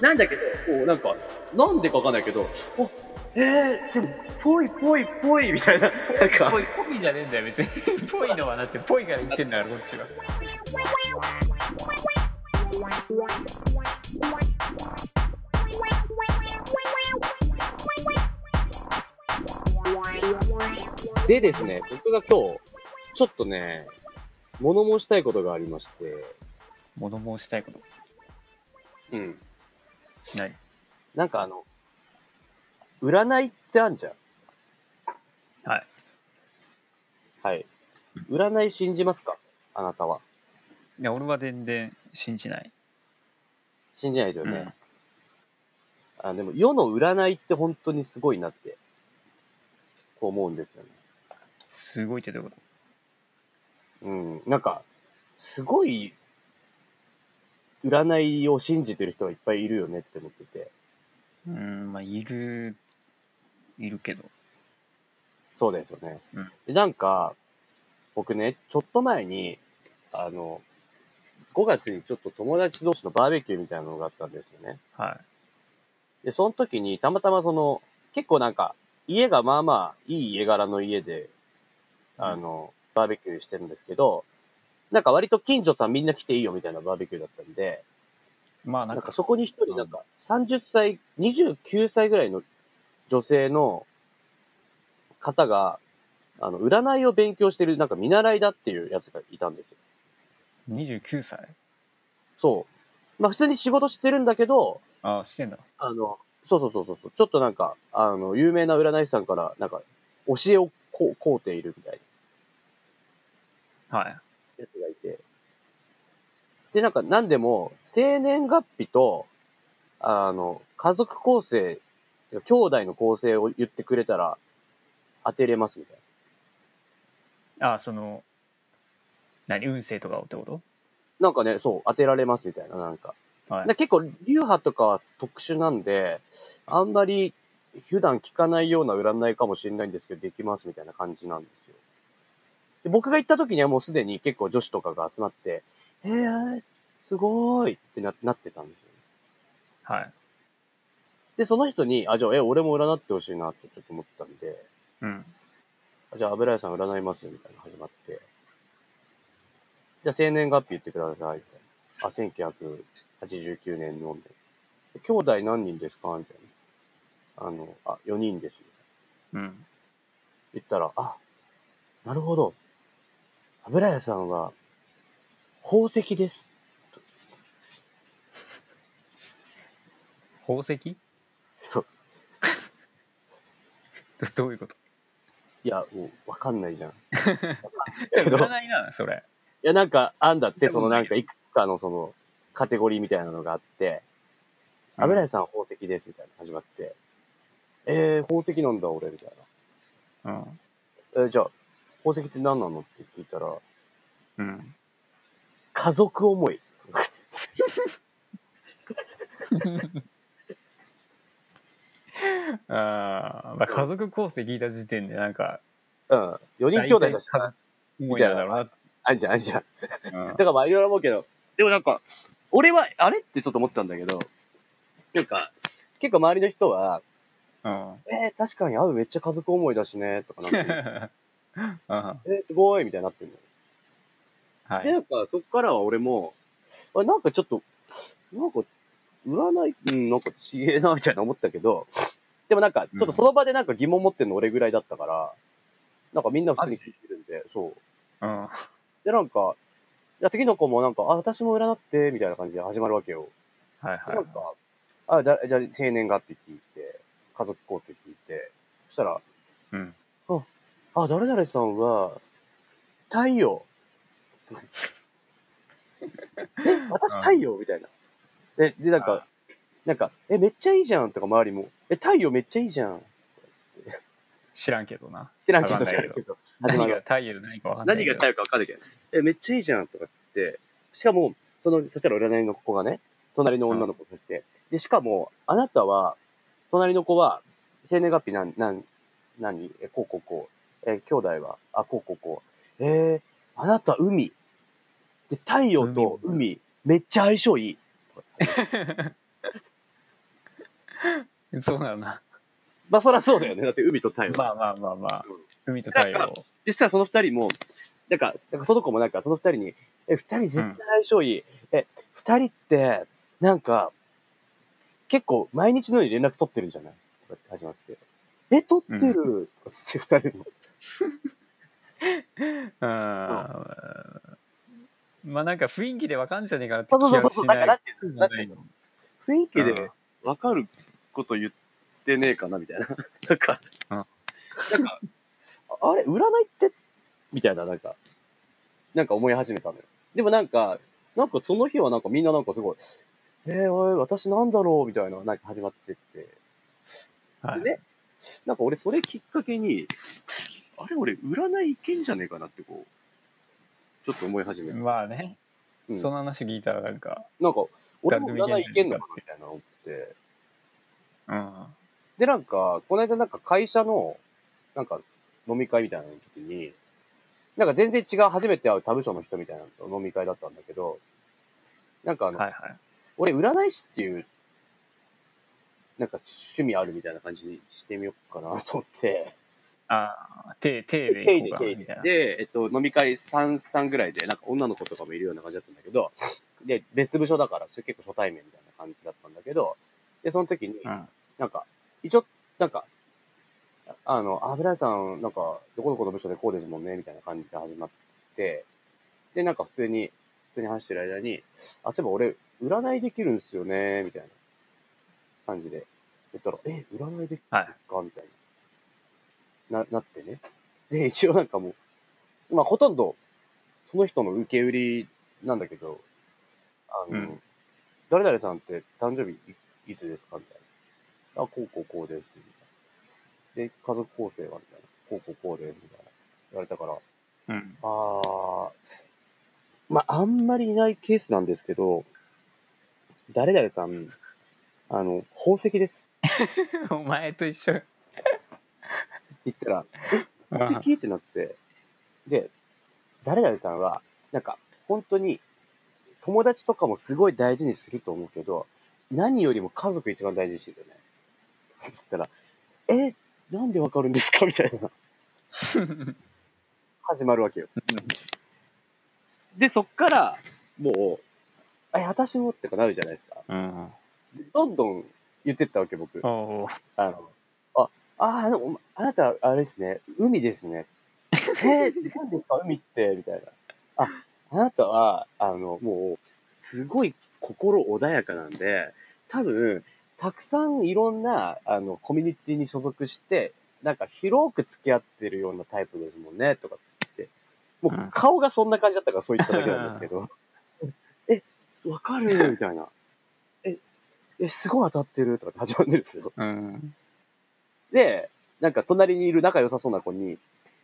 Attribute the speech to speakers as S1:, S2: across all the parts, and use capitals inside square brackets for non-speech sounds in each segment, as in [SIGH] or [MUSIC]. S1: なんだけど、こう、なんか、なんでかわかんないけど、おえー、でも、ぽいぽいぽいみたいな、なんか
S2: ぽ、いぽいじゃねえんだよ別に [LAUGHS] ぽいのはなってぽいから言ってんだからこっちは
S1: でですね、僕が今日、ちょっとね、物申したいことがありまして、
S2: 物申したいこと
S1: うん。
S2: 何
S1: なんかあの、占いってあんじゃん。
S2: はい。
S1: はい。占い信じますかあなたは。
S2: いや俺は全然信じない、
S1: 信じないですよ
S2: う
S1: ね
S2: ん。
S1: あでも、世の占いって本当にすごいなって、こう思うんですよね。
S2: すごいってどういうこ
S1: うん。なんか、すごい、占いを信じてる人はいっぱいいるよねって思ってて。
S2: とうんまあいるいるけど
S1: そうですよね。
S2: うん
S1: で、なんか、僕ね、ちょっと前に、あの、5月にちょっと友達同士のバーベキューみたいなのがあったんですよね。
S2: は
S1: で、その時にたまたまその、結構なんか、家がまあまあいい家柄の家で、あの、バーベキューしてるんですけど、なんか割と近所さんみんな来ていいよみたいなバーベキューだったんで、
S2: いまあ
S1: な
S2: な
S1: んん
S2: か
S1: かそこに一人なんか30歳、29歳ぐらいの女性の方が、あの、占いを勉強してる、なんか見習いだっていうやつがいたんですよ。
S2: 29歳
S1: そう。まあ普通に仕事してるんだけど、
S2: ああしてんだ
S1: あの、そうそうそうそうそう、ちょっとなんか、あの、有名な占い師さんから、なんか、教えをこう、こうているみたい
S2: はい
S1: なやつがいて。で、なんか何でも、生年月日と、あの、家族構成、兄弟の構成を言ってくれたら、当てれますみたいな。
S2: ああその何運勢とかをってこと
S1: なんかね、そう、当てられますみたいな、なんか。
S2: はい
S1: で結構、流派とかは特殊なんで、あんまり普段聞かないような占いかもしれないんですけど、できますみたいな感じなんですよ。で僕が行った時にはもうすでに結構女子とかが集まって、えー、すごーいってななってたんですよ。
S2: はい
S1: で、その人に、あ、じゃあ、え、俺も占ってほしいなってちょっと思ったんで、
S2: うん
S1: あじゃあ、油屋さん占いますみたいなの始まって、じゃあ、生年月日言ってくださいみたいな。あ、1989年のみたいな。兄弟何人ですかみたいな。あの、あ、4人です。
S2: うん
S1: 言ったら、あ、なるほど。油屋さんは、宝石です。
S2: 宝石
S1: そう。
S2: どどういうこと
S1: いや、もう、わかんないじゃん。い
S2: じゃあ占いなそれ
S1: や、なんか、あんだって、
S2: でも
S1: そのなんか、いくつかのその、カテゴリーみたいなのがあって、油屋さん宝石ですみたいな始まって、えー、宝石なんだ俺みたい
S2: うん
S1: な。えーじゃあ、宝石って何なのって聞いたら、
S2: うん
S1: 家族思い。
S2: あー、まあ家族構成聞いた時点でなんか
S1: うん。4人兄弟だし、
S2: 大体思いなんだろうなと
S1: あんじゃんあんじゃん。
S2: うん
S1: だからまあいろいろ思うけど、でもなんか、俺は、あれってちょっと思ったんだけど、なんか、結構周りの人は、
S2: うん [LAUGHS]
S1: えー、確かに、あうめっちゃ家族思いだしね、とかなんか、
S2: あ
S1: えー、すごいみたいになってるの。
S2: は
S1: で、
S2: い。
S1: なんか、そっからは俺も、あなんかちょっと、なんか、占い、うん、なんかちげえな、みたいな思ったけど、でもなんか、ちょっとその場でなんか疑問持ってんの俺ぐらいだったから、なんかみんな普通に聞いてるんで、そう。
S2: うん。
S1: で、なんか、じゃあ次の子もなんか、あ、私も占って、みたいな感じで始まるわけよ。
S2: はい
S1: でなん
S2: は
S1: か、あ、じゃあ、じゃあ、生年月日聞いて、家族構成聞いて、そしたら、
S2: い。うん。
S1: あ、誰々さんは、太
S2: [LAUGHS]
S1: 陽。え、私太陽みたいな。で、で、なんか、なんか、え、めっちゃいいじゃんとか周りも、え、太陽めっちゃいいじゃん。
S2: 知らんけどな。
S1: 知らんけ
S2: わ
S1: ど、
S2: かん
S1: 知
S2: な
S1: ら
S2: いけ
S1: んけ
S2: ど
S1: ど。始ま
S2: 何が
S1: る。
S2: 太陽で何かわかんない
S1: 何
S2: け
S1: が
S2: ど。
S1: 太陽かわかるけど。え、めっちゃいいじゃんとかつって、しかも、その、そしたら占いの子がね、隣の女の子として、で、しかも、あなたは、隣の子は、生年月日なん、なん、何え、こうこうこう。え、兄弟は、あ、こうこうこう。えー、あなた海。で、太陽と海、めっちゃ相性いい。
S2: そうなのな。
S1: まあそりゃそうだよね。だって海と太陽。
S2: まあまあまあまあ
S1: うん。
S2: 海と太
S1: なんか
S2: 陽。
S1: でしたらその二人も、なんか、なんかその子もなんか、その二人に、え、二人絶対相性いい。え、二人って、なんか、結構毎日のように連絡取ってるんじゃないとかって始まって。え、取ってる、とかって [LAUGHS] 二人も。
S2: うん。まあなんか雰囲気でわかんじゃねえかなって
S1: そうそう
S2: 気
S1: そ
S2: が
S1: うそう。
S2: し
S1: なんか、
S2: な
S1: なん
S2: い。
S1: ていうのなんていうの雰囲気
S2: うん
S1: でわかること言ってねえかな、みたいな。 [LAUGHS] なんか、
S2: うん
S1: なんか、ああれ、占いってみたいな、なんか、なんか思い始めたのよ。でもなんか、なんかその日はなんかみんななんかすごい、えー、おい私なんだろうみたいな、なんか始まってって。
S2: は
S1: で
S2: い
S1: ね、なんか俺それきっかけに、あれ、俺占いいけんじゃねえかなってこう、ちょっと思い始めた。
S2: まあね
S1: う。ん
S2: その話聞いたらなんか、
S1: なんか、俺も占いいけんのかなみたいな思って。
S2: うん。
S1: で、なんか、この間なんか会社の、なんか飲み会みたいなの時に、なんか全然違う、初めて会う他部署の人みたいなのと飲み会だったんだけど、なんかあの、
S2: はいはい。
S1: 俺占い師っていう、なんか趣味あるみたいな感じにしてみようかなと思って、
S2: ああ、手、手
S1: で、
S2: でいこうか、
S1: で
S2: みたいな。
S1: で、えっと、飲み会3、3ぐらいで、なんか女の子とかもいるような感じだったんだけど、で、別部署だから、結構初対面みたいな感じだったんだけど、で、その時に、
S2: うん。
S1: なんか、一応、なんか、ああの、油さん、なんか、どこどこの部署でこうですもんね、みたいな感じで始まって、で、なんか普通に、普通に話してる間に、あ、そういえば俺、占いできるんですよね、みたいな感じで。言ったら、え、占いできる
S2: はい。
S1: かみたいな。な、なってね。で、一応なんかもう、まあほとんど、その人の受け売りなんだけど、あの、
S2: うん
S1: 誰々さんって誕生日いいつですかみたいな。あ、こうこうこうです。みたいなで、家族構成はみたいな。こうこうこうです。みたいな。言われたから、
S2: うん。
S1: ああ、まあ、あんまりいないケースなんですけど、誰々さん、あの、宝石です。
S2: お前と一緒。
S1: って言ったら、
S2: う
S1: ピ
S2: ん
S1: キってなって、で、誰々さんは、なんか、本当に、友達とかもすごい大事にすると思うけど、何よりも家族一番大事にしてるよね。って言ったら、え、なんでわかるんですかみたいな、始まるわけよ。で、そっから、もう、え、私もってかなるじゃないですか。
S2: うん。
S1: でどんどん言ってったわけ、僕。
S2: おう
S1: あの、あ、ああの、おあなた、あれですね、海ですね。えー、何ですか、海って、みたいな。あ、あなたは、あの、もう、すごい心穏やかなんで、多分、たくさんいろんな、あの、コミュニティに所属して、なんか広く付き合ってるようなタイプですもんね、とかつって。も
S2: うん
S1: う顔がそんな感じだったからそう言っただけなんですけ
S2: [LAUGHS]
S1: ど。え、わかるみたいな。え、え、すごい当たってるとかって始まるんですよ。
S2: うん。
S1: で、なんか隣にいる仲良さそうな子に、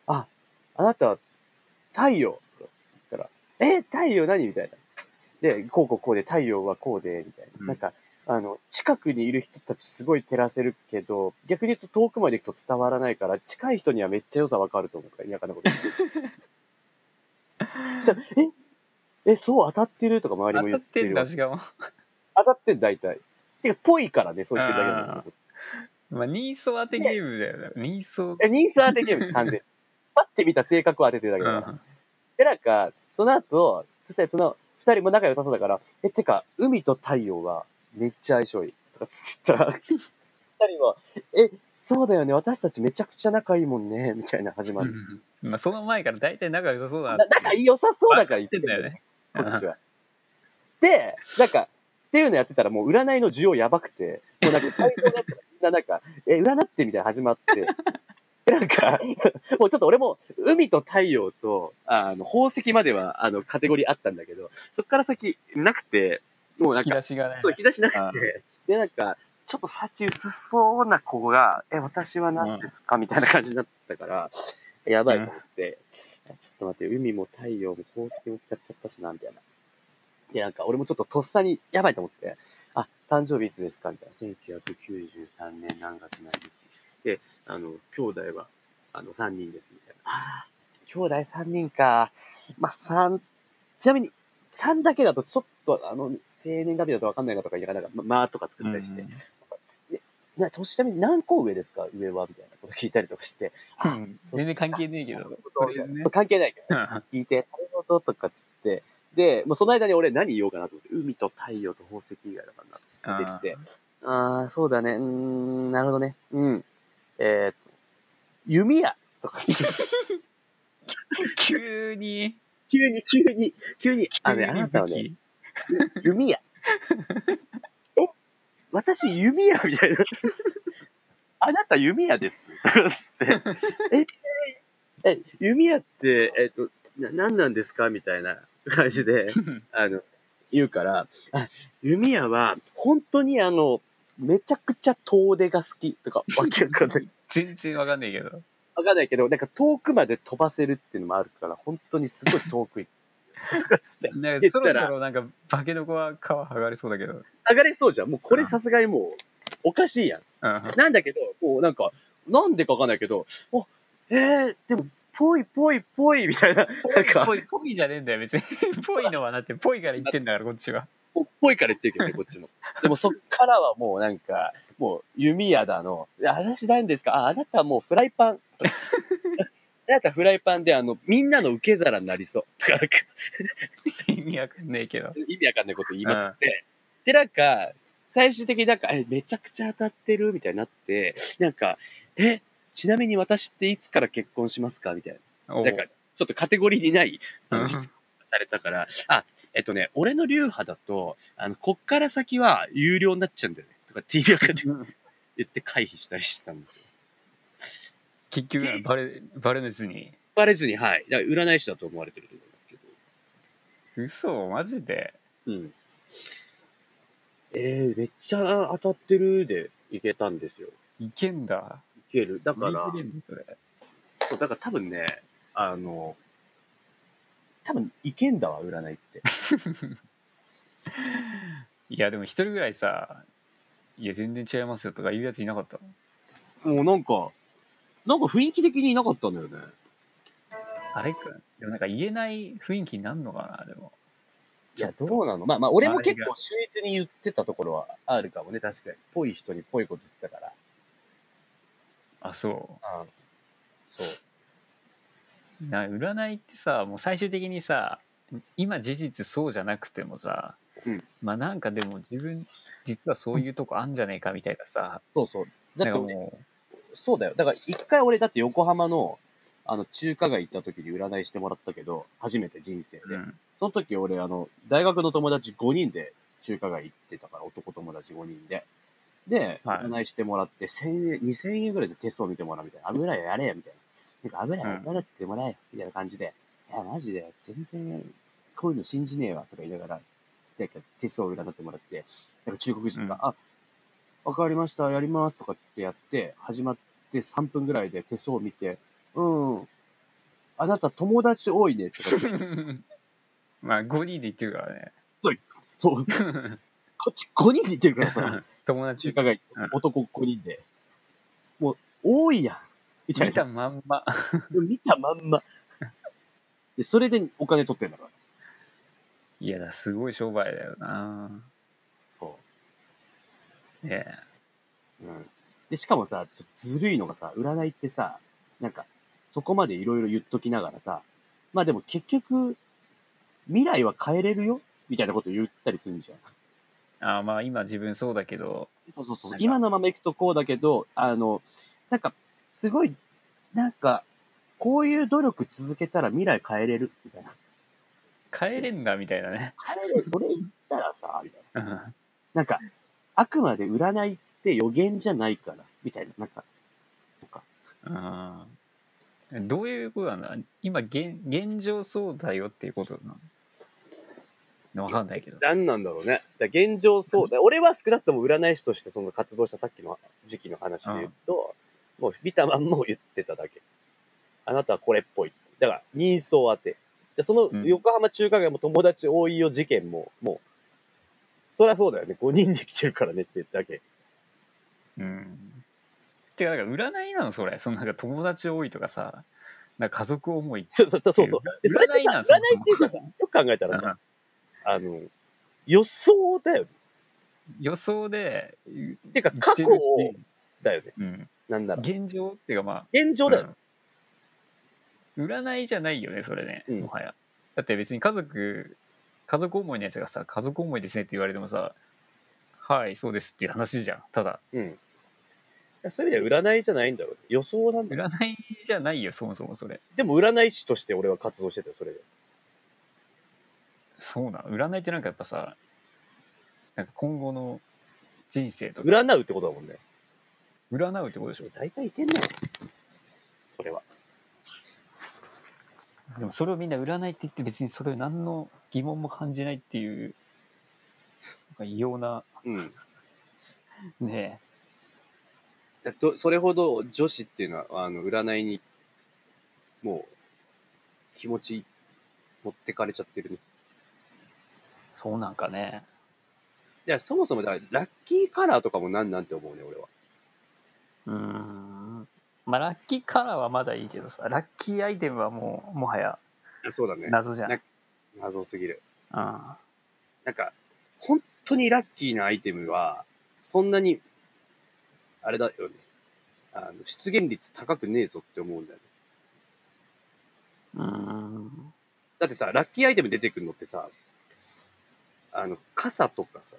S1: あ、あなたは太陽とか言ったら、え、太陽何みたいな。で、こうこうこうで、太陽はこうで、みたいな。
S2: うん
S1: なんか、あの、近くにいる人たちすごい照らせるけど、逆に言うと遠くまで行くと伝わらないから、近い人にはめっちゃ良さわかると思うから、田舎の [LAUGHS] こと。そしたら、え、え、そう当たってるとか周りも
S2: 当
S1: 言
S2: た
S1: っ
S2: ってて
S1: るよ
S2: んだ、しかも。
S1: 当たってん大体。てか、ぽいからね、そう言ってるだけなんだけど。
S2: まあ、ニーソ当てゲームだよな。ニーソ
S1: [LAUGHS] え、ニーサー的には完全。パッて見た性格を当ててるだけだから。で、なんか、その後、そしたらその二人も仲良さそうだから、え、てか、海と太陽はめっちゃ相性いい。とかつって言ったら、二人も、え、そうだよね、私たちめちゃくちゃ仲いいもんね、みたいな始ま
S2: う
S1: る。
S2: ん。まあ、その前から大体仲良さそうだ
S1: な
S2: な。
S1: 仲良さそうだから言
S2: 言
S1: っ
S2: っ
S1: ん
S2: ててんだ
S1: だ
S2: よ
S1: よね、
S2: ね。
S1: こっちは。で、なんか、っていうのやってたらもう占いの需要やばくて、もうなんか最高のやつがみんななんか、え、占ってみたいな始まって、 [LAUGHS] でなんか、もうちょっと俺も海と太陽と、あの、宝石までは、あの、カテゴリーあったんだけど、そっから先なくて、もうなん
S2: 引き
S1: か、
S2: 出しがね
S1: そう。引き出しな
S2: ああ
S1: くて、で、なんか、ちょっと幸薄そうな子が、え、私は何ですか、みたいな感じになったから、やばいと思って、ちょっと待って、海も太陽も宝石も使っちゃったしな、みたいな。で、なんか、俺もちょっととっさに、やばいと思って、あ、誕生日いつですかみたいな。1993年何月何日。で、あの、兄弟は、あの、3人です、みたいな。あー兄弟3人か。まあ、3、ちなみに、3だけだとちょっと、あの、生年月日だとわかんないなとか言いながら、ま、まあとか作ったりして。
S2: うん
S1: でな、年下に何個上ですか上はみたいなこと聞いたりとかして。
S2: う
S1: あ
S2: ん全然関係ねえけど。
S1: そう
S2: とりあえずね
S1: そう関係ないから。
S2: うん
S1: 聞いて、なるほどとかっつって。で、もうその間に俺何言おうかなと思って、海と太陽と宝石以外だからなって出てきて、ああー、そうだね、うーん、なるほどね、うん。えーっと、弓矢とか、
S2: 急に。
S1: 急に急に、急に、あのね、
S2: 急
S1: あ
S2: に
S1: なたは
S2: 武
S1: ね、
S2: 器
S1: 弓矢。 [LAUGHS] え私弓矢みたいな。あなた弓矢です。 [LAUGHS] ってえ、え、弓矢って、えっと、な、何なんですかみたいな感じで、あの、言うから、あ弓矢は、本当にあの、めちゃくちゃ遠出が好きとか、わけわかんない。
S2: 全然わかんないけど。
S1: わかんないけど、なんか遠くまで飛ばせるっていうのもあるから、本当にすごい遠く
S2: [LAUGHS]
S1: 行く。とかつって
S2: なん
S1: 言
S2: か
S1: っ
S2: そ
S1: た
S2: ろ
S1: ら
S2: そろなんか化けの子は皮剥がれそうだけど。
S1: 上がれそうじゃん。もうこれさすがにもう、おかしいやん。
S2: うん
S1: なんだけど、こうなんか、なんでかわかんないけど、お、えー、でも、ぽいぽいぽいみたいな、なんか、
S2: ぽい、ぽいじゃねえんだよ、別に。 [LAUGHS] ぽいのはなって、ぽいから言ってんだから、こっちは。
S1: ぽいから言ってる
S2: [LAUGHS]
S1: けどね、こっちも。でもそっからはもうなんか、もう弓矢だの、いや私なんですかあ、あなたはもうフライ
S2: [LAUGHS]
S1: パン。あなたフライパンで、あの、みんなの受け皿になりそう。だからなんか、
S2: 意味わかんねえ
S1: [LAUGHS]
S2: けど。
S1: 意味わかんないこと言いまくって。で、なんか、最終的になんか、え、めちゃくちゃ当たってるみたいになって、なんか、え、ちなみに私っていつから結婚しますかみたいな。
S2: おう
S1: なんか、ちょっとカテゴリーにない、あ
S2: う
S1: の、
S2: ん
S1: 質問されたから、あ、えっとね、俺の流派だと、あの、こっから先は有料になっちゃうんだよね。とか、TV アカで言って回避したりしてたんですよ。
S2: [LAUGHS] 結局ならバレ、バレずに。
S1: バレずに、はい。だから占い師だと思われてると思いますけど。
S2: 嘘、マジで。
S1: うん。えー、めっちゃ当たってるでいけたんですよ。
S2: いけんだ。
S1: いける。だから、
S2: いけんだそれ。
S1: そうだから多分ね、あの、多分いけんだわ、占いって。
S2: いや、でも一人ぐらいさ、いや、全然違いますよとか言うやついなかった。
S1: もうなんか、なんか雰囲気的にいなかったんだよね。
S2: あれか。でもなんか言えない雰囲気になるのかな、でも。
S1: いや、どうなのまあまあ、俺も結構秀逸に言ってたところはあるかもね、確かに。ぽい人にぽいこと言ってたから。
S2: あ、そ
S1: うん。そう。
S2: う。な占いってさ、もう最終的にさ、今事実そうじゃなくてもさ、
S1: うん
S2: まあなんかでも自分、実はそういうとこあんじゃねえかみたいなさ、
S1: そうそう。だ
S2: なん
S1: って
S2: か
S1: 俺、
S2: も
S1: そうだよ。だから一回俺、だって横浜の、あの、中華街行った時に占いしてもらったけど、初めて人生で。
S2: う、うん、
S1: その時俺、あの、大学の友達5人で中華街行ってたから、男友達5人で。で、
S2: はい
S1: 案内してもらって、1000円、2000円ぐらいでテストを見てもらうみたいな。油絵やれよ、みたいな。なんか油絵やらってもらえよ、みたいな感じで。いや、マジで、全然、こういうの信じねえわ、とか言いながら、なんかテストを占ってもらって、なんか中国人が、
S2: うん
S1: あ、わかりました、やります、とかってやって、始まって3分ぐらいで手相を見て、うん、あなた友達多いね、とか言って、
S2: [LAUGHS] まあ5人で言ってるからね。
S1: そうこっち5人で行ってるからさ。
S2: [LAUGHS] 友達
S1: 中華街
S2: うん、
S1: 男5人で。もう、多いやん。みたい
S2: 見
S1: な。
S2: たまんま
S1: 見たまんま。で、それでお金取ってんだから。
S2: いやだすごい商売だよな
S1: そ
S2: ね
S1: う。うん。で、しかもさ、ちょっとずるいのがさ、占いってさ、なんか、そこまでいろいろ言っときながらさ、まあでも結局、未来は変えれるよみたいなこと言ったりするんじゃん。
S2: えあまあ今自分そうだけど
S1: そうそうそう
S2: なん。か
S1: 今のまま行くとこうだけど、あの、なんか、すごい、なんか、こういう努力続けたら未来変えれるみたいな。
S2: 帰れんだみたいなね
S1: あれねそれ言ったらさ、みたいな。
S2: うん
S1: なんか、あくまで占いって予言じゃないから、みたいな。なんか、とか。
S2: うんどういうことなんだ今現現状そうだよっていうことなのわかんないけど
S1: 何なんだろうね。だから現状そう。だ俺は少なくとも占い師としてその活動したさっきの時期の話で言うと、もう見たまんまを言ってただけ。あなたはこれっぽい。だから、人相当て。でその
S2: うん
S1: 横浜中華街も友達多いよ事件も、もう、そりゃそうだよね。5人で来てるからねってだけ。
S2: うんてかなんか占いなのそれそのなんか友達多いとかさなんか家族思い
S1: そうそうそうそう。でそれって
S2: 占いな
S1: さ
S2: ん
S1: 占いっていうかさ、よく考えたらさ、
S2: う
S1: あの、予想だよね。
S2: 予想で言
S1: てか、
S2: っ
S1: 過
S2: て
S1: 去
S2: る
S1: を
S2: し、
S1: だよね。
S2: うん、
S1: なんなら。
S2: 現状っていうかまあ
S1: 現状だよね。
S2: うん占いじゃないよねそれね、
S1: うん
S2: もはやだって別に家族家族思いのやつがさ家族思いですねって言われてもさはいそうですっていう話じゃんただ
S1: うん。いやそういう意味では占いじゃないんだよ。予想なんだよ。
S2: 占いじゃないよそもそもそれ
S1: でも占い師として俺は活動してたよ、それで。
S2: そうなの占いってなんかやっぱさなんか今後の人生とか
S1: 占うってことだもんね。
S2: 占うってことでしょ
S1: 大体いけんなよ。それは。
S2: でもそれをみんな占いって言って別にそれを何の疑問も感じないっていうなんか異様な
S1: うん。
S2: ね
S1: だどそれほど女子っていうのは、あの、占いに、もう、気持ち、持ってかれちゃってるね。
S2: そうなんかね
S1: いや、そもそも、だから、ラッキーカラーとかもなんなんて思うね、俺は。
S2: うーんまあラッキーカラーはまだいいけどさラッキーアイテムはもうもはや
S1: そうだね。
S2: 謎じゃん、
S1: ね謎すぎる。
S2: うん、
S1: なんか、本当にラッキーなアイテムは、そんなに、あれだよね。あの、出現率高くねえぞって思うんだよね。
S2: うーん [LAUGHS]
S1: だってさ、ラッキーアイテム出てくるのってさ、あの、傘とかさ、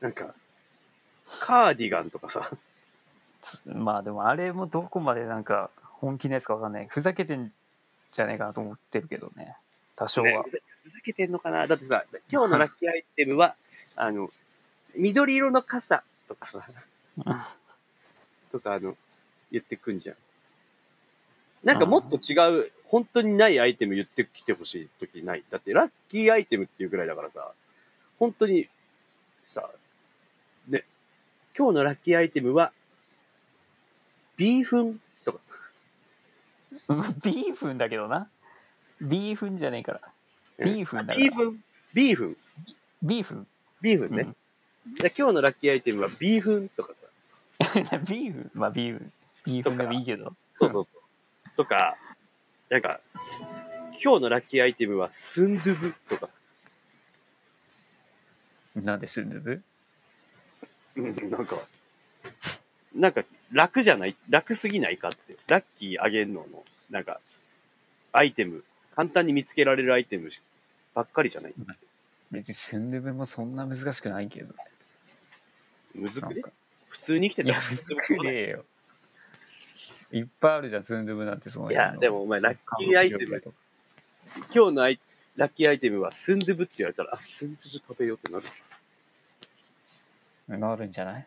S1: なんか、カーディガンとかさ、
S2: まあでもあれもどこまでなんか本気のやつかわかんないふざけてんじゃねえかなと思ってるけどね多少は、
S1: ねふざけてんのかなだってさ、今日のラッキーアイテムは、あの、緑色の傘とかさ、とかあの、言ってくんじゃん。なんかもっと違う、本当にないアイテム言ってきてほしいときない。だってラッキーアイテムっていうぐらいだからさ、本当にさ、ね、今日のラッキーアイテムは、ビーフンとか、
S2: うん [LAUGHS] ビーフンだけどなビーフンじゃねえから
S1: うん
S2: ビーフンだから
S1: ビーフン、ビーフン、
S2: ビーフン
S1: ビーフンね。で今日のラッキーアイテムはビーフンとかさ、
S2: うん、 [LAUGHS] ビーフンまあビーフンビーフンでもいいけど
S1: そうそうそう。とか、なんか、今日のラッキーアイテムはスンドゥブとか、 [LAUGHS]
S2: なんでスヌブ
S1: うんなんか、なんか楽じゃない、楽すぎないかって。ラッキーあげんのの、なんか、アイテム、簡単に見つけられるアイテムばっかりじゃない。
S2: 別にスヌブもそんな難しくないけど
S1: むず
S2: な
S1: く
S2: ん
S1: ね
S2: か
S1: 普通に生きて
S2: い
S1: た
S2: や
S1: ら
S2: むずくねえよいっぱいあるじゃんツンドゥブなんてその
S1: いや、でもお前、ラッキーアイテム、今日のアイラッキーアイテムはスンドゥブって言われたら、あ、スンドゥブ食べようってなる。
S2: なるんじゃない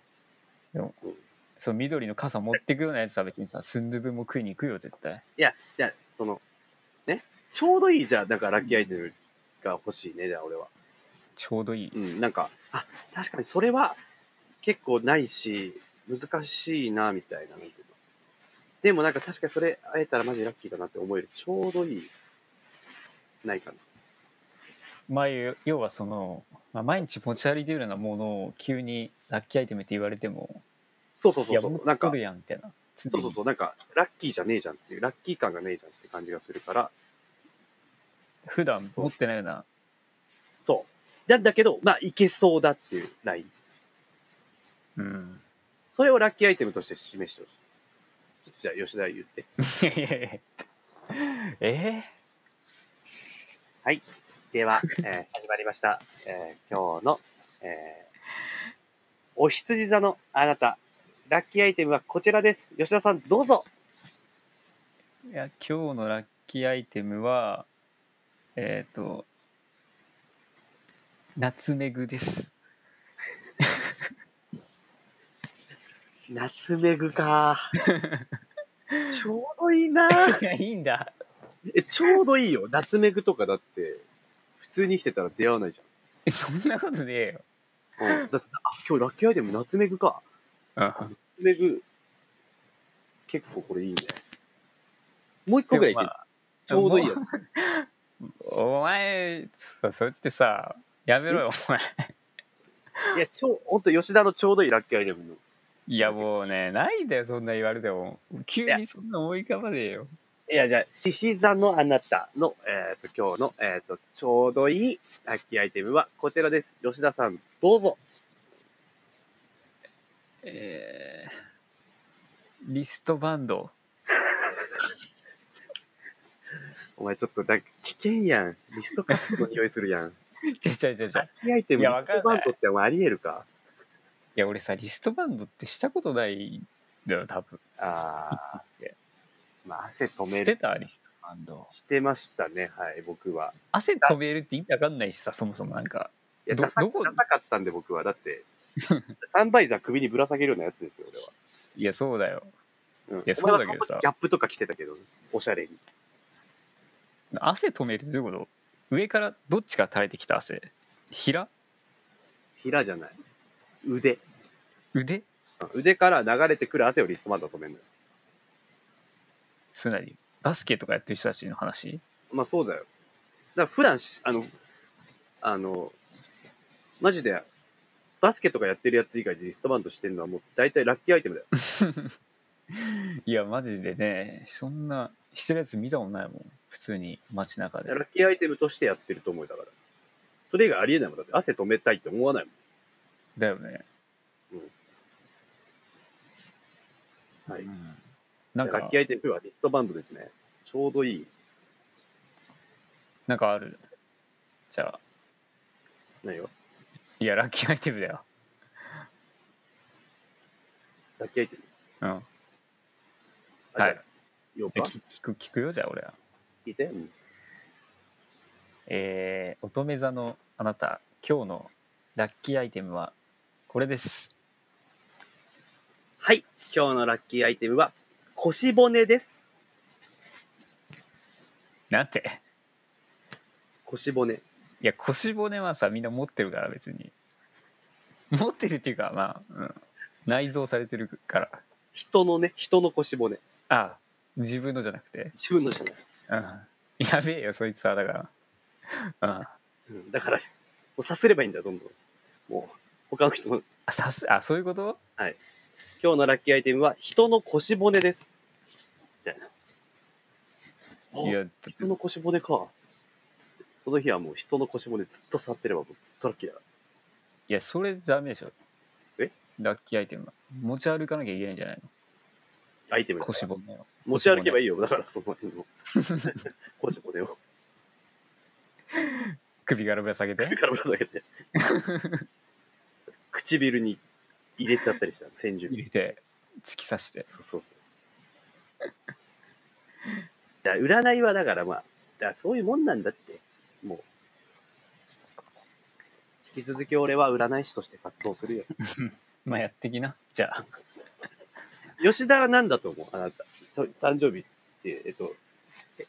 S2: でも
S1: うん
S2: そう緑の傘持ってくようなやつは別にさスンドゥブも食いに行くよ絶対
S1: いや、じゃあその、ね、ちょうどいいじゃん、なんかラッキーアイテムが欲しいね、じゃあ俺は。
S2: ちょうどいい
S1: うん、なんか、あ、確かにそれは結構ないし、難しいな、みたいな。なんていうのでもなんか確かにそれ会えたらマジラッキーだなって思える。ちょうどいい。ないかな。
S2: まあ要要はその、まあ、毎日持ち歩いてるようなものを急にラッキーアイテムって言われても
S1: そうそう
S2: い
S1: そう
S2: や
S1: そ
S2: 持
S1: う。なん
S2: っ
S1: か
S2: とる、やんみたいな常
S1: そう
S2: に
S1: そうそう、なんか、ラッキーじゃねえじゃんっていう、ラッキー感がねえじゃんって感じがするから、
S2: 普段持ってないような
S1: そう。なんだけど、まあ、いけそうだっていうライン。 [LAUGHS]
S2: うん
S1: それをラッキーアイテムとして示してほしい。ちょっとじゃあ、吉田言って。
S2: いやいやいやえ
S1: では、えー始まりました。えー今日の、えーお羊座のあなた、ラッキーアイテムはこちらです。吉田さん、どうぞ。
S2: ーいや今日のラッキーアイテムはえっ、とナツメグです
S1: ナツメグ [LAUGHS] か。ちょうどいいな。
S2: いやいいんだ
S1: え、ちょうどいいよ。ナツメグとかだって、普通に生きてたら出会わないじ
S2: えそんなことねえよ
S1: ゃ [LAUGHS] ん。うん。だって、あ、今日ラッキーアイテムナツメグか。ナツメグ、結構これいいね。もう一個ぐらいいける。ちょうどいいよ。
S2: お前そそれってさやめろよお前
S1: いや、ちょう、ほんと吉田のちょうどいいラッキーアイテムの。
S2: いやもうねないんだよそんな言われても急にそんな思い浮かばねえよ
S1: いや、じゃあ、獅子座のあなたの、えっ、と、今日の、えっ、と、ちょうどいいラッキーアイテムはこちらです。吉田さん、どうぞ。
S2: えー、リストバンド。
S1: お前ちょっと、だ危険やん。リストカップの匂いするや
S2: [LAUGHS]
S1: ん。
S2: ちゃちゃちゃちゃ。
S1: ラ
S2: い
S1: ッキーアイテム、
S2: い
S1: リ
S2: やわ
S1: ス
S2: かんない
S1: トバンドってお前ありえる
S2: [LAUGHS]
S1: か
S2: や、俺さ、リストバンドってしたことないんだよ、多分。
S1: ああ。まあ、汗止め
S2: し
S1: る。
S2: てたリストバンド。
S1: してましたね、はい、僕は。
S2: 汗止めるって意味わかんないしさ、そもそもなんか。
S1: いや、
S2: ど
S1: ダサ
S2: どこ
S1: ダサかったんで、僕は。だ
S2: [LAUGHS]
S1: って、サンバイザー首にぶら下げるようなやつですよ、俺は。
S2: いや、そうだよ。
S1: うん、い
S2: やそうだけどさ
S1: ギャップとか着てたけど、おしゃれに。
S2: 汗止めるってどういうこと上からどっちから垂れてきた汗平
S1: 平じゃない。腕。
S2: 腕
S1: 腕から流れてくる汗をリストバンドで止めるのよ。
S2: それなりバスケとかやってる人たちの話
S1: まあそうだよ。だから普段し、あの、あの、マジで、バスケとかやってるやつ以外でリストバンドしてるのはもう大体ラッキーアイテムだよ。
S2: いやマジでねそんなしてるやつ見たことないもん普通に街中で
S1: ラッキーアイテムとしてやってると思うだから。それ以外ありえないもんだって、汗止めたいって思わないも
S2: だよね、
S1: ん。はい。
S2: うんなん
S1: じゃあラ
S2: か
S1: ッキーアイテムはリストバンドですね。ちょうどいい。
S2: なんかあるじゃあ
S1: 何よ。
S2: いやラッキーアイテムだよ
S1: ラッキーアイテム。
S2: うん
S1: あ
S2: はい。
S1: じゃあ
S2: じゃ
S1: 8
S2: あ
S1: 日
S2: き聞く聞くよじゃあ俺は
S1: 聞いて。うん
S2: えー、乙女座のあなた今日のラッキーアイテムはこれです
S1: はい。今日のラッキーアイテムは腰骨です。
S2: なんて
S1: 腰骨。
S2: いや腰骨はさみんな持ってるから別に持ってるっていうかまあ、うん、内蔵されてるから
S1: 人のね、人の腰骨。
S2: あ自分のじゃなくて、
S1: 自分のじゃない。
S2: うん、やべえよそいつはだから、うん、
S1: うんだから、もうさすればいいんだよ、どんどん。もう、他の人の、
S2: あさすあそういうこと
S1: 今日のラッキーアイテムは、人の腰骨です。みたいな。
S2: い
S1: あ
S2: やだって
S1: 人の腰骨か。その日はもう人の腰骨ずっと触ってればもうずっとラッキーだ。
S2: いやそれダメでしょ
S1: え
S2: ラッキーアイテムは持ち歩かなきゃいけないんじゃない
S1: アイテム
S2: の
S1: だから
S2: 腰骨を
S1: 持ち歩けばいいよ。だから、その辺の。 [LAUGHS] 腰骨を
S2: 首からぶら下げ
S1: [LAUGHS]
S2: て
S1: 首からぶら下げ
S2: [LAUGHS]
S1: て。唇に入れてあったりしたの先住
S2: 入
S1: 民。
S2: れて突き刺して
S1: そうそうそう。 [LAUGHS] だ占いはだからまあ、だそういうもんなんだって、もう。引き続き俺は占い師として活動するよ。
S2: まあやってきなじゃあ
S1: 吉田は何だと思うあなた。ちょ誕生日って、えっと、え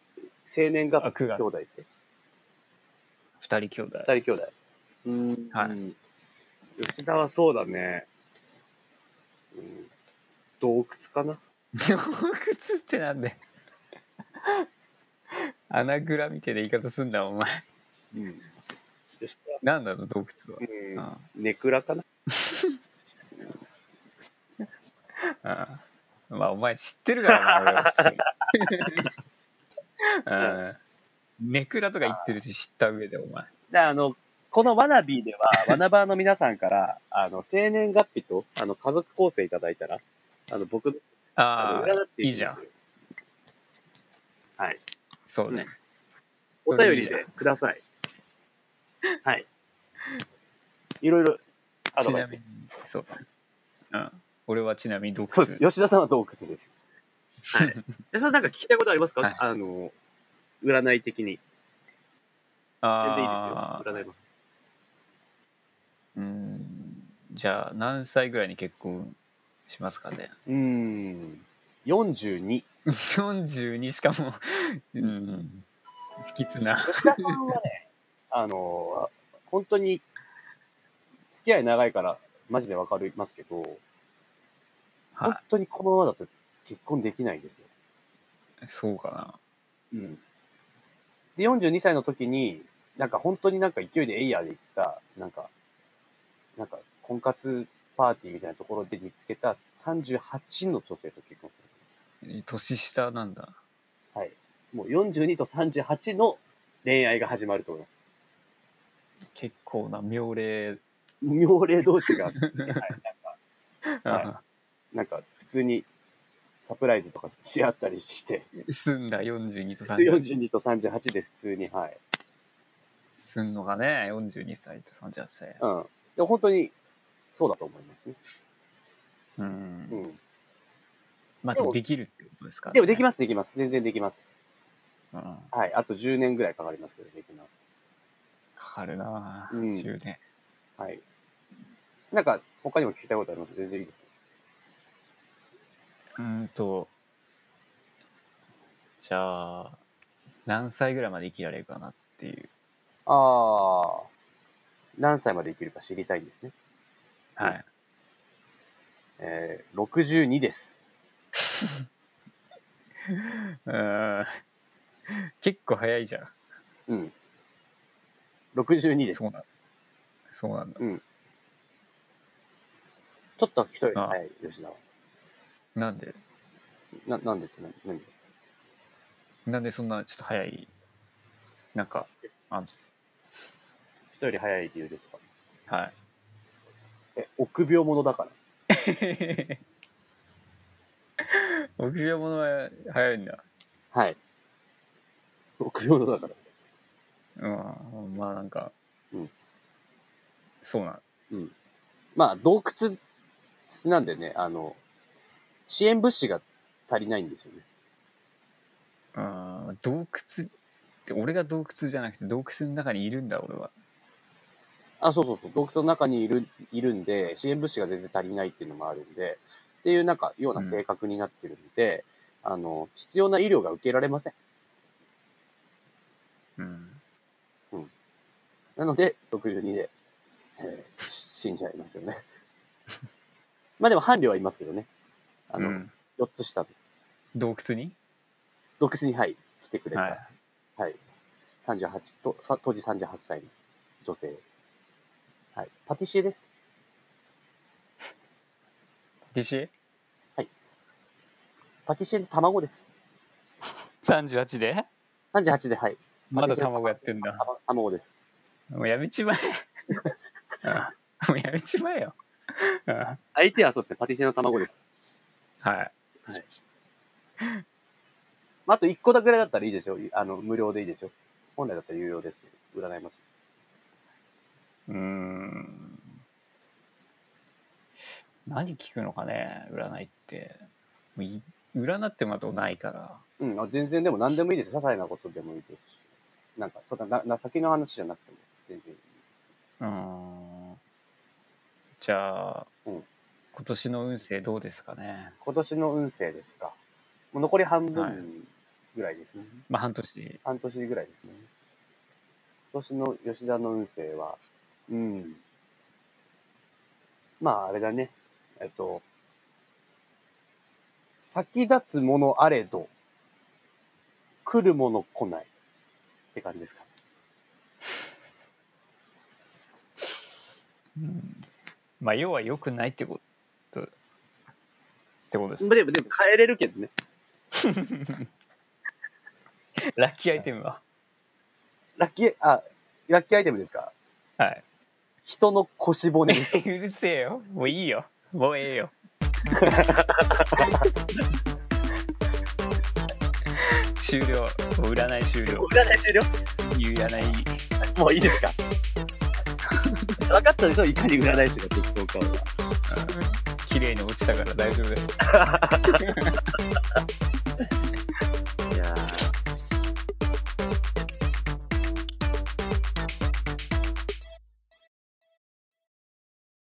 S1: 生年
S2: あ
S1: 月
S2: 9
S1: 日
S2: 月
S1: 兄弟って。
S2: 二人兄弟
S1: 二人兄弟。うーん。
S2: は
S1: 吉田はそうだね。うん。洞窟かな
S2: 洞窟ってなんで穴蔵みたいな言い方すんだお前
S1: うん。吉
S2: なんだの洞窟は
S1: 田、うん。
S2: あ
S1: ネクラかな
S2: あまあお前知ってるからな俺は
S1: [LAUGHS]
S2: 普通にああネクラとか言ってるし知った上でお前
S1: で、あの、このワナビー
S2: [LAUGHS]
S1: では、ワナバーの皆さんから、あの、生年月日と、あの、家族構成いただいたら、あの、僕、
S2: ああ
S1: の占って
S2: い
S1: い
S2: いじゃん
S1: んですよ。
S2: そうね、
S1: お便りでください。はい。いろいろ、ア
S2: ち
S1: ドバイ
S2: な
S1: ス
S2: み。にそう、うん、俺はちなみに洞
S1: そう
S2: 窟
S1: です。吉田さんは洞窟です。
S2: [LAUGHS]
S1: はい。吉田さん、なんか聞きたいことありますか、
S2: はい
S1: あの、占い的に。全然いい
S2: あ
S1: で
S2: あ
S1: すよ。占います。
S2: うんじゃあ何歳ぐらいに結婚しますかね
S1: うーん。42。
S2: 42しかも、うん、不吉な。
S1: 吉田さんはね、 [LAUGHS] あの、本当に、付き合い長いから、マジでわかりますけど、
S2: はい
S1: 本当にこのままだと結婚できないんですよ。
S2: そうか
S1: うん。で、42歳の時に、なんか本当になんか勢いでエイヤーで行った、なんか、なんか、婚活パーティーみたいなところで見つけた38の女性と結婚するんです。
S2: な。年下なんだ。
S1: はい。もう42と38の恋愛が始まると思います。
S2: 結構な妙齢、
S1: 妙齢同士が、 [LAUGHS] はい、なんか、は
S2: は
S1: なんか普通にサプライズとかし合ったりして、
S2: い、すんだ42と38
S1: 42と38で普通に、はい。
S2: すんのがね42歳と38歳
S1: うん。でも本当に、そうだと思いますね。
S2: うん、
S1: うん。
S2: まあでもできるってことですから、ね、
S1: でもでき
S2: ま
S1: ます、できます。全然できます。
S2: す、うん、か
S1: はい。あと10年ぐらいかかりますけど、できます。
S2: かるな、
S1: うん
S2: 10年
S1: はい。なんか、他にも聞きたいことあります全然いいです。
S2: うーんとじゃあ何歳ぐらいまで生きられるかなっていう
S1: ああ、何歳まで生きるか知りたいんですね。
S2: はい
S1: えー、62です。
S2: うーん結構早いじゃん
S1: うん。62です。ち
S2: そうなんそうなんだ
S1: ょっと一人、
S2: ああ
S1: はい、吉田は。
S2: なんで
S1: な、なんでって何何で
S2: なんでそんなちょっと早いなんか
S1: 人より早い理由ですか
S2: [LAUGHS] は
S1: え、臆病者だから。
S2: い臆病者は早いんだ
S1: はい。臆病者だから。
S2: うんまあなんか、
S1: うん
S2: そうなん
S1: まあ、洞窟なんでね、あの、支援物資が足りないんですよね。
S2: あー洞窟って俺が洞窟じゃなくて洞窟の中にいるんだ俺は
S1: あ、そうそうそう。洞窟の中にいる、いるんで、支援物資が全然足りないっていうのもあるんで、っていうなんか、ような性格になってるんで、あの、必要な医療が受けられません。
S2: うん
S1: なので、62で、えー死んじゃいますよね。 [LAUGHS] まあでも、伴侶はいますけどね。あの、
S2: うん
S1: 4つ下の、
S2: 洞窟に
S1: 洞窟に、はい、来てくれた、
S2: は
S1: はいい、38と、さ当時38歳の女性。はい、パティシエです。
S2: 弟子
S1: パティシエの卵です。
S2: 38で
S1: 38で、はい。
S2: まだ卵やってんだ
S1: 卵卵です。
S2: もうやめち [LAUGHS] まえうんもうやめちまえようんは
S1: 相手はそうですね、パティシエの卵です。
S2: い
S1: まあ、あと1個だぐらいだったらいいでしょう。あの、無料でいいでしょう。本来だったら有料ですけど、占います。
S2: うーん何聞くのかね占いってもうい占ってもらったことないから
S1: うん、あ全然でも何でもいいです。些細なことでもいいですし。なんか、そんな、な、先の話じゃなくても、全然いい。
S2: うーんじゃあ、
S1: うん
S2: 今年の運勢どうですかね
S1: 今年の運勢ですか。もう残り半
S2: はい
S1: 分ぐらいですね。
S2: まあ半年
S1: 半年ぐらいですね。今年の吉田の運勢は、うん。まあ、あれだね。えっと、先立つものあれど、来るもの来ないって感じですか。
S2: うんまあ要は良くないってことってことです
S1: でも、でも変えれるけどね。
S2: ラッキーアイテムは
S1: ラッキー、あ、ラッキーアイテムですか
S2: はい
S1: 人の腰骨です。
S2: うるせえよもういいよもうええよ [LAUGHS] 終了もう占い終了
S1: [LAUGHS] 占い終了
S2: 占い
S1: もういいです [LAUGHS] か分かったでしょいかに占い師が適当かは。
S2: 綺麗に落ちたから大丈夫です